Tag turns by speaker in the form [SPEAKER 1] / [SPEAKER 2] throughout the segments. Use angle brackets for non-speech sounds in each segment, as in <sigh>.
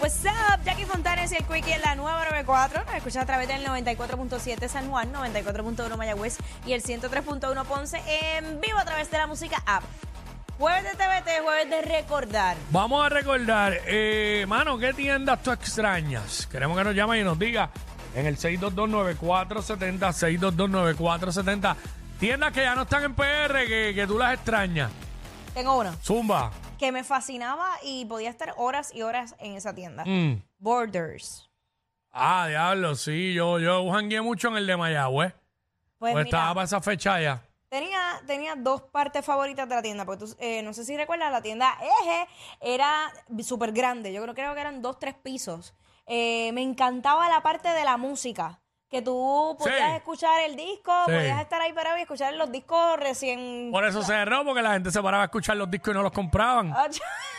[SPEAKER 1] What's up? Jackie Fontanes y el Quickie en la nueva 94. Nos escuchas a través del 94.7 San Juan, 94.1 Mayagüez y el 103.1 Ponce en vivo a través de la música app. Jueves de TVT, jueves de recordar.
[SPEAKER 2] Vamos a recordar, eh, mano, ¿qué tiendas tú extrañas? Queremos que nos llame y nos diga en el 6229470, 6229470. Tiendas que ya no están en PR, que, que tú las extrañas.
[SPEAKER 1] Tengo uno
[SPEAKER 2] Zumba.
[SPEAKER 1] que me fascinaba y podía estar horas y horas en esa tienda.
[SPEAKER 2] Mm.
[SPEAKER 1] Borders.
[SPEAKER 2] Ah, diablo, sí, yo, yo jangué mucho en el de Mayagüez.
[SPEAKER 1] Pues,
[SPEAKER 2] Pues
[SPEAKER 1] mira,
[SPEAKER 2] estaba para esa fecha ya.
[SPEAKER 1] Tenía, tenía dos partes favoritas de la tienda, porque tú, eh, no sé si recuerdas, la tienda Eje era súper grande, yo creo, creo que eran dos, tres pisos. Eh, me encantaba la parte de la música, que tú
[SPEAKER 2] Sí.
[SPEAKER 1] podías escuchar el disco,
[SPEAKER 2] Sí.
[SPEAKER 1] podías estar ahí parado y escuchar los discos recién...
[SPEAKER 2] Por eso se cerró, porque la gente se paraba a escuchar los discos y no los compraban.
[SPEAKER 1] Ah,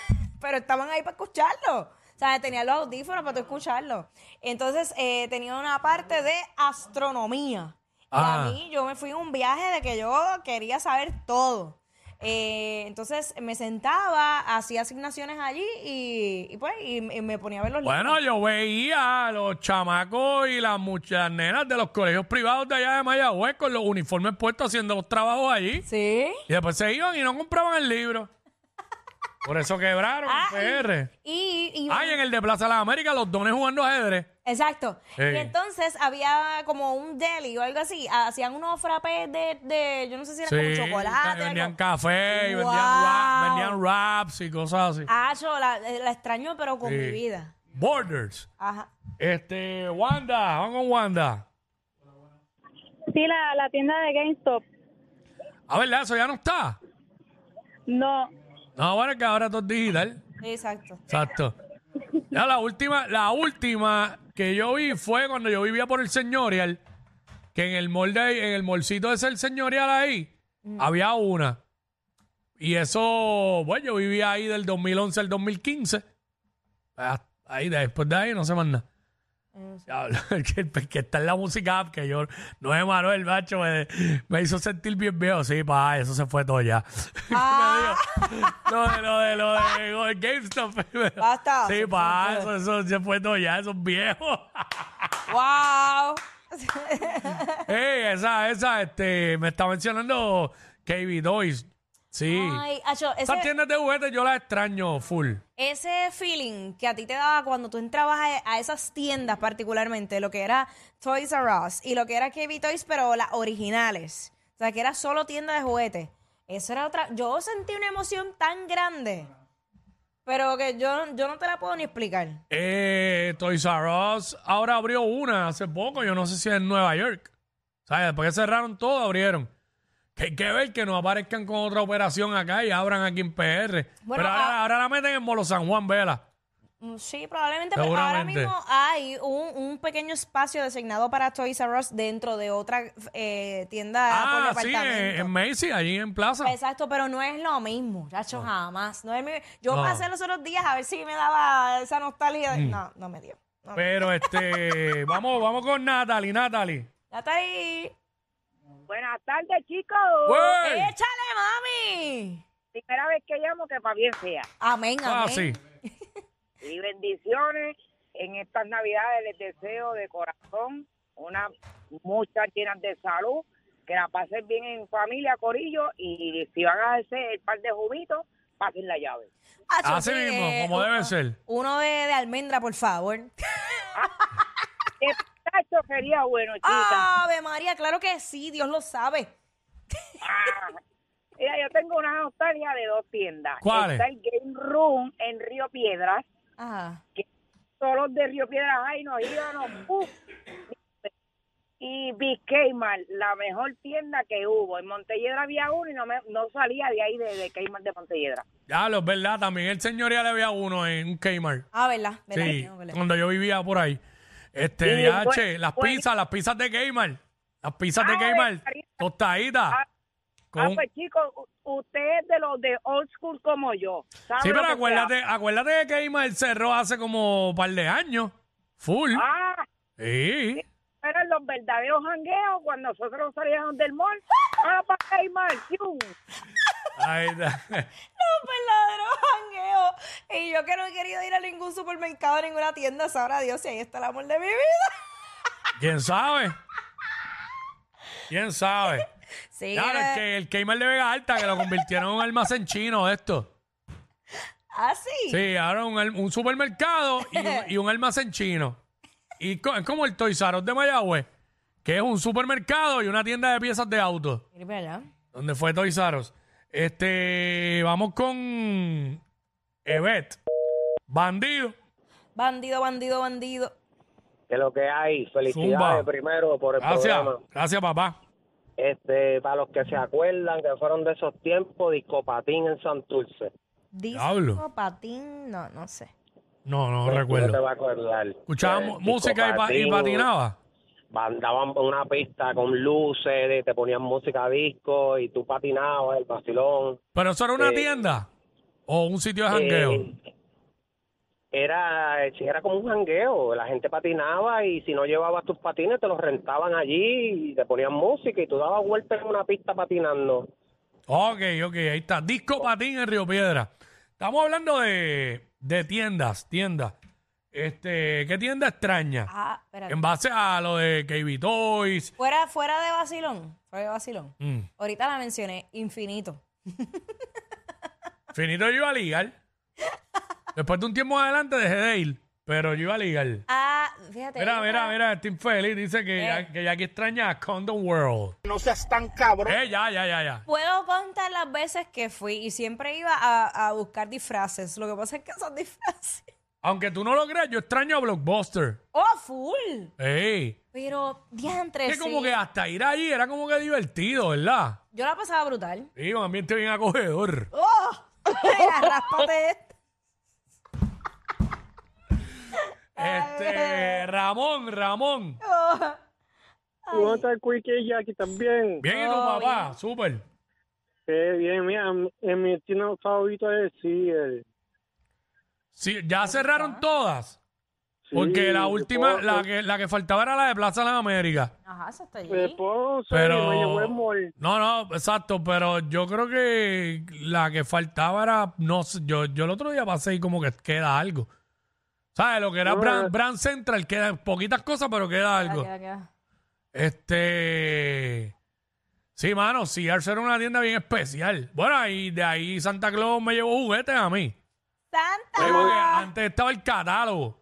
[SPEAKER 1] <laughs> Pero estaban ahí para escucharlo. O sea, tenía los audífonos para tú escucharlo. Entonces, eh, tenía una parte de astronomía.
[SPEAKER 2] Ah.
[SPEAKER 1] Y a mí, yo me fui en un viaje de que yo quería saber todo. Eh, entonces, me sentaba, hacía asignaciones allí y, y pues, y, y me ponía a ver los libros.
[SPEAKER 2] Bueno, yo veía a los chamacos y las muchas nenas de los colegios privados de allá de Mayagüez con los uniformes puestos haciendo los trabajos allí.
[SPEAKER 1] Sí.
[SPEAKER 2] Y después se iban y no compraban el libro. Por eso quebraron
[SPEAKER 1] Ah,
[SPEAKER 2] el PR.
[SPEAKER 1] Y, y-
[SPEAKER 2] eh. Ay, eh. en el de Plaza de las Américas, los dones jugando ajedrez.
[SPEAKER 1] Exacto.
[SPEAKER 2] Ey.
[SPEAKER 1] Y entonces había como un deli o algo así. Hacían unos frappés de, de yo no sé si eran como chocolate.
[SPEAKER 2] y vendían
[SPEAKER 1] algo.
[SPEAKER 2] café, y vendían,
[SPEAKER 1] Wow.
[SPEAKER 2] ra- vendían raps y cosas así.
[SPEAKER 1] Ah, yo la, la extraño, pero con
[SPEAKER 2] Sí.
[SPEAKER 1] mi vida.
[SPEAKER 2] Borders.
[SPEAKER 1] Ajá.
[SPEAKER 2] Este, Wanda, vamos con Wanda.
[SPEAKER 3] Sí, la, la tienda de GameStop.
[SPEAKER 2] A ver, eso ya no está.
[SPEAKER 3] No,
[SPEAKER 2] No, bueno, que ahora todo es digital.
[SPEAKER 1] Exacto.
[SPEAKER 2] Exacto. Ya, la última, la última que yo vi fue cuando yo vivía por el señorial, que en el mall de- en el molcito de el señorial ahí, había una. Y eso, bueno, yo vivía ahí del 2011 al 2015. Ah, Ahí, después de ahí, no se manda. <laughs> que, que está en la música app, que yo, no es Manuel, macho, me, me hizo sentir bien viejo. Sí, pa, eso se fue todo ya. <laughs>
[SPEAKER 1] Ah.
[SPEAKER 2] Lo de, lo de, lo de, lo de GameStop.
[SPEAKER 1] Basta.
[SPEAKER 2] Sí, pa, eso, eso se fue todo ya, esos viejos.
[SPEAKER 1] ¡Wow!
[SPEAKER 2] Ey, esa, esa, este, me está mencionando KB Toys. Sí.
[SPEAKER 1] Ay, Acho,
[SPEAKER 2] Esas
[SPEAKER 1] ese,
[SPEAKER 2] tiendas de juguetes yo las extraño full.
[SPEAKER 1] ese feeling que a ti te daba cuando tú entrabas a, a esas tiendas, particularmente, lo que era Toys R Us y lo que era KB Toys, pero las originales. O sea, que era solo tienda de juguetes. Eso era otra. Yo sentí una emoción tan grande, pero que yo, yo no te la puedo ni explicar.
[SPEAKER 2] Eh, Toys R Us ahora abrió una hace poco, yo no sé si en Nueva York. ¿Sabes? Después que cerraron todo, abrieron. Que hay que ver que no aparezcan con otra operación acá y abran aquí en PR.
[SPEAKER 1] Bueno, ah.
[SPEAKER 2] Pero ahora, ahora la meten en Molo San Juan Vela.
[SPEAKER 1] Mm, Sí, probablemente, pero ahora
[SPEAKER 2] Seguramente.
[SPEAKER 1] mismo hay un, un pequeño espacio designado para Toys R Us dentro de otra eh, tienda
[SPEAKER 2] Ah,
[SPEAKER 1] por Pues,
[SPEAKER 2] sí, en,
[SPEAKER 1] departamento.
[SPEAKER 2] en Macy, allí en Plaza.
[SPEAKER 1] Exacto, pero no es lo mismo, chacho, jamás. No es mi- Yo
[SPEAKER 2] No. Mm.
[SPEAKER 1] pasé los otros días a ver si me daba esa nostalgia. de- No, no me dio. No.
[SPEAKER 2] Pero este, vamos, vamos con Natalie, Natalie.
[SPEAKER 1] Natalie,
[SPEAKER 4] Buenas tardes, chicos.
[SPEAKER 2] ¡Wey!
[SPEAKER 1] échale, mami.
[SPEAKER 4] Primera vez que llamo, que para bien sea.
[SPEAKER 1] Amén, amén.
[SPEAKER 2] Ah, sí.
[SPEAKER 4] Y bendiciones. En estas Navidades les deseo de corazón unas muchas llenas de salud, que la pasen bien en familia, corillo, y si van a hacer el par de juguitos, pasen la llave.
[SPEAKER 1] Chacho,
[SPEAKER 2] Así
[SPEAKER 1] sí,
[SPEAKER 2] mismo,
[SPEAKER 1] eh,
[SPEAKER 2] como
[SPEAKER 1] un-
[SPEAKER 2] debe ser.
[SPEAKER 1] Uno de, de almendra, por favor.
[SPEAKER 4] Esto sería bueno, chicas.
[SPEAKER 1] Ave María, claro que sí, Dios lo sabe.
[SPEAKER 4] Ah. Mira, yo tengo una nostalgia de dos tiendas.
[SPEAKER 2] ¿Cuáles?
[SPEAKER 4] Está el Game Room en Río Piedras.
[SPEAKER 1] Ajá.
[SPEAKER 4] todos los de Río Piedras, ay, nos íbamos, ¡puf! Y Big Kmart, la mejor tienda que hubo. En Montelledra había uno y no, me- no salía de ahí, de, de Kmart de Montelledra.
[SPEAKER 2] Ya, lo es verdad, también el señorial había uno en un Kmart.
[SPEAKER 1] Ah, ¿verdad? ¿verdad?
[SPEAKER 2] Sí,
[SPEAKER 1] Tengo que leer.
[SPEAKER 2] cuando yo vivía por ahí. Este,
[SPEAKER 4] Sí,
[SPEAKER 2] DH,
[SPEAKER 4] buen-
[SPEAKER 2] las
[SPEAKER 4] buen-
[SPEAKER 2] pizzas, las pizzas de Gamer. Las pizzas de
[SPEAKER 4] Ah,
[SPEAKER 2] Gamer,
[SPEAKER 4] Margarita.
[SPEAKER 2] tostaditas.
[SPEAKER 4] Ah,
[SPEAKER 2] con-
[SPEAKER 4] Ah, pues chicos, u- usted es de los de old school como yo. ¿Sabe
[SPEAKER 2] sí,
[SPEAKER 4] lo
[SPEAKER 2] pero
[SPEAKER 4] que se
[SPEAKER 2] acuérdate, acuérdate que Gamer cerró hace como un par de años. Full.
[SPEAKER 4] hace? Ah,
[SPEAKER 2] sí.
[SPEAKER 4] eran los verdaderos jangueos cuando nosotros salíamos del mall. Ah, para Kmart, ¡pium!
[SPEAKER 2] Ahí está.
[SPEAKER 1] un verdadero jangueo. Y yo que no he querido ir a ningún supermercado, a ninguna tienda, sabrá Dios si ahí está el amor de mi vida.
[SPEAKER 2] <laughs>
[SPEAKER 1] <laughs>
[SPEAKER 2] ¿Quién sabe? ¿Quién sabe?
[SPEAKER 1] Sí,
[SPEAKER 2] Claro,
[SPEAKER 1] eh,
[SPEAKER 2] el, que, el Kmart de Vega Alta, que lo convirtieron en un almacén chino, esto.
[SPEAKER 1] Ah, sí.
[SPEAKER 2] Sí, ahora un, al- un supermercado y un, y un almacén chino. Y co- es como el Toys R Us de Mayagüez, que es un supermercado y una tienda de piezas de autos.
[SPEAKER 1] Mira para allá.
[SPEAKER 2] ¿Dónde fue Toys R Us? Este, vamos con Evet. Bandido.
[SPEAKER 1] Bandido, bandido, bandido.
[SPEAKER 5] que lo que hay, felicidades
[SPEAKER 2] Zumba.
[SPEAKER 5] primero por el
[SPEAKER 2] Gracias.
[SPEAKER 5] programa.
[SPEAKER 2] Gracias, papá.
[SPEAKER 5] Este, para los que se acuerdan que fueron de esos tiempos, discopatín en Santurce.
[SPEAKER 2] Diablo.
[SPEAKER 1] Disco, patín, no, no sé.
[SPEAKER 2] No, no
[SPEAKER 5] No te
[SPEAKER 2] recuerdo.
[SPEAKER 5] va a acordar. Eh,
[SPEAKER 2] Escuchábamos música y, pa- y
[SPEAKER 5] discopatín,
[SPEAKER 2] patinaba.
[SPEAKER 5] Andaban por una pista con luces, de- te ponían música disco y tú patinabas el vacilón.
[SPEAKER 2] Pero eso era una
[SPEAKER 5] Eh,
[SPEAKER 2] tienda o un sitio de jangueo.
[SPEAKER 5] Eh, era, sí, era como un jangueo, la gente patinaba y si no llevabas tus patines te los rentaban allí y te ponían música y tú dabas vueltas en una pista patinando.
[SPEAKER 2] Ok, ok, ahí está. Disco
[SPEAKER 1] Oh.
[SPEAKER 2] Patín en Río Piedra. Estamos hablando de, de tiendas, tiendas. Este, ¿qué tienda extraña?
[SPEAKER 1] Ah, espérate.
[SPEAKER 2] En base a lo de KB Toys.
[SPEAKER 1] Fuera, fuera de vacilón. Fuera de vacilón.
[SPEAKER 2] Mm.
[SPEAKER 1] Ahorita la mencioné, infinito.
[SPEAKER 2] Finito yo iba a ligar. Después de un tiempo adelante dejé de ir, pero yo iba a ligar.
[SPEAKER 1] Ah, fíjate.
[SPEAKER 2] Mira,
[SPEAKER 1] yo
[SPEAKER 2] mira,
[SPEAKER 1] estaba-
[SPEAKER 2] mira, Tim Félix dice que
[SPEAKER 1] Eh.
[SPEAKER 2] ya, que ya que extraña a Condom World. No seas tan cabrón. Eh, ya, ya, ya, ya.
[SPEAKER 1] Puedo contar las veces que fui y siempre iba a, a buscar disfraces. Lo que pasa es que son <laughs> disfraces.
[SPEAKER 2] Aunque tú no lo creas, yo extraño a Blockbuster.
[SPEAKER 1] ¡Oh, full!
[SPEAKER 2] Ey.
[SPEAKER 1] Pero, diantre,
[SPEAKER 2] Que como
[SPEAKER 1] Eh, sí.
[SPEAKER 2] que hasta ir allí era como que divertido, ¿verdad?
[SPEAKER 1] Yo la pasaba brutal.
[SPEAKER 2] Sí, un ambiente bien acogedor.
[SPEAKER 1] <laughs> ¡Oh! Mira, <laughs> ráspate esto.
[SPEAKER 2] Este, Ramón, Ramón.
[SPEAKER 6] ¿Cómo está el Quickie y Jackie también?
[SPEAKER 2] Bien, y tu
[SPEAKER 1] Oh,
[SPEAKER 2] papá, súper.
[SPEAKER 6] Qué bien, mira, m- eh, mi destino favorito es sí, el...
[SPEAKER 2] Sí, ya cerraron todas.
[SPEAKER 6] sí,
[SPEAKER 2] Porque la última,
[SPEAKER 6] Ponce,
[SPEAKER 2] la que, la que faltaba era la de Plaza de las Américas.
[SPEAKER 1] Ajá, eso está allí.
[SPEAKER 6] eh, Ponce,
[SPEAKER 2] Pero.
[SPEAKER 6] me llevó el mall.
[SPEAKER 2] No, no, exacto, pero yo creo que la que faltaba era. No sé, yo, yo el otro día pasé y como que queda algo. ¿Sabes? Lo que era
[SPEAKER 6] No,
[SPEAKER 2] Brand,
[SPEAKER 6] eh.
[SPEAKER 2] Brand Central, queda poquitas cosas, pero queda
[SPEAKER 1] Queda,
[SPEAKER 2] algo.
[SPEAKER 1] queda, queda.
[SPEAKER 2] Este. Sí, mano, Sears era una tienda bien especial. Bueno, y de ahí Santa Claus me llevó juguetes a mí.
[SPEAKER 1] ¡Santa!
[SPEAKER 2] Como que antes estaba el catálogo.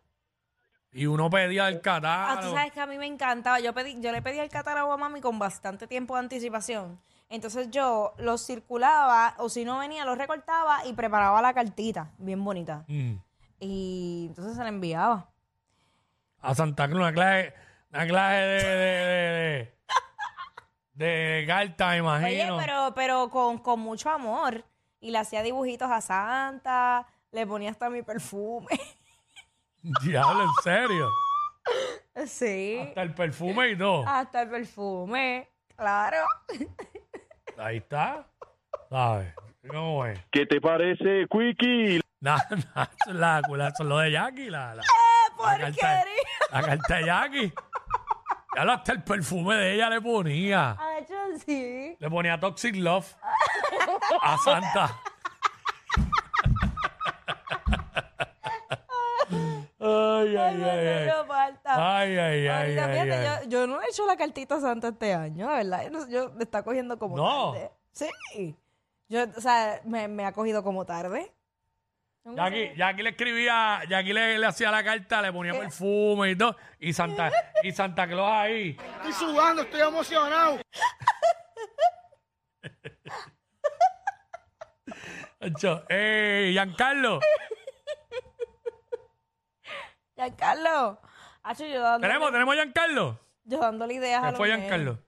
[SPEAKER 2] Y uno pedía el
[SPEAKER 1] Ah, tú
[SPEAKER 2] catálogo.
[SPEAKER 1] sabes que a mí me encantaba. Yo pedí, yo le pedí el catálogo a mami con bastante tiempo de anticipación. Entonces yo los circulaba, o si no venía, los recortaba y preparaba la cartita, bien bonita.
[SPEAKER 2] Mm.
[SPEAKER 1] Y entonces se la enviaba.
[SPEAKER 2] a Santa Cruz, una clase, una clase de, de, de, de- de carta, me
[SPEAKER 1] Oye,
[SPEAKER 2] imagino.
[SPEAKER 1] pero, pero con, con mucho amor. Y le hacía dibujitos a Santa, le ponía hasta mi perfume. <laughs>
[SPEAKER 2] Diablo, en serio.
[SPEAKER 1] sí.
[SPEAKER 2] Hasta el perfume y todo.
[SPEAKER 1] Hasta el perfume. Claro. <laughs>
[SPEAKER 2] Ahí está. ¿Sabes? ¿Cómo es?
[SPEAKER 7] ¿Qué te parece,
[SPEAKER 2] <laughs>
[SPEAKER 7] Quickie?
[SPEAKER 2] Nada, nada, eso es la, la- eso es lo de Jackie, la, la, la carta,
[SPEAKER 1] porquería!
[SPEAKER 2] la carta de Jackie. Ya lo- hasta el perfume de ella le ponía.
[SPEAKER 1] Ah, yo sí.
[SPEAKER 2] Le ponía Toxic Love a Santa.
[SPEAKER 1] <laughs>
[SPEAKER 2] ay, ay, ay, ay.
[SPEAKER 1] No, no, no, falta.
[SPEAKER 2] Ay, ay, ay,
[SPEAKER 1] Ahorita,
[SPEAKER 2] ay,
[SPEAKER 1] fíjate,
[SPEAKER 2] ay.
[SPEAKER 1] Yo, yo no he hecho la cartita a Santa este año, la verdad. Yo, no- yo- me está cogiendo como
[SPEAKER 2] No.
[SPEAKER 1] tarde. Sí. Yo, o sea, me, me ha cogido como tarde.
[SPEAKER 2] Ya aquí, ya aquí le escribía, ya aquí le, le hacía la carta, le
[SPEAKER 1] Eh.
[SPEAKER 2] ponía perfume y todo. Y Santa, y Santa Claus ahí.
[SPEAKER 8] Estoy sudando, estoy emocionado.
[SPEAKER 2] Hacho, ¡Ey, Giancarlo!
[SPEAKER 1] Eh. Ya, Carlos. Hacho, yo dándole,
[SPEAKER 2] ¿Tenemos, tenemos a Giancarlo?
[SPEAKER 1] yo dándole ideas a
[SPEAKER 2] ¿Qué
[SPEAKER 1] los
[SPEAKER 2] fue
[SPEAKER 1] nenes.
[SPEAKER 2] Giancarlo?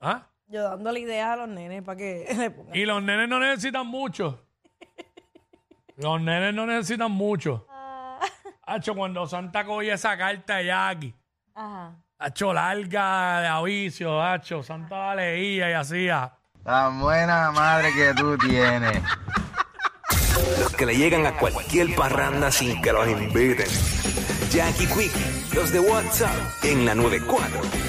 [SPEAKER 2] ¿Ah?
[SPEAKER 1] Yo dándole ideas a los nenes para que <laughs> le pongan.
[SPEAKER 2] Y los nenes no
[SPEAKER 1] <laughs>
[SPEAKER 2] necesitan mucho. Los nenes no necesitan mucho.
[SPEAKER 1] Ah.
[SPEAKER 2] Hacho, cuando Santa cogía esa carta de Jackie,
[SPEAKER 1] Ajá.
[SPEAKER 2] Hacho larga de aviso, Hacho, Santa la leía y hacía.
[SPEAKER 9] Tan buena madre que tú tienes.
[SPEAKER 10] Los que le llegan a cualquier parranda sin que los inviten. Jackie Quickie, los de WhatsApp en la 94.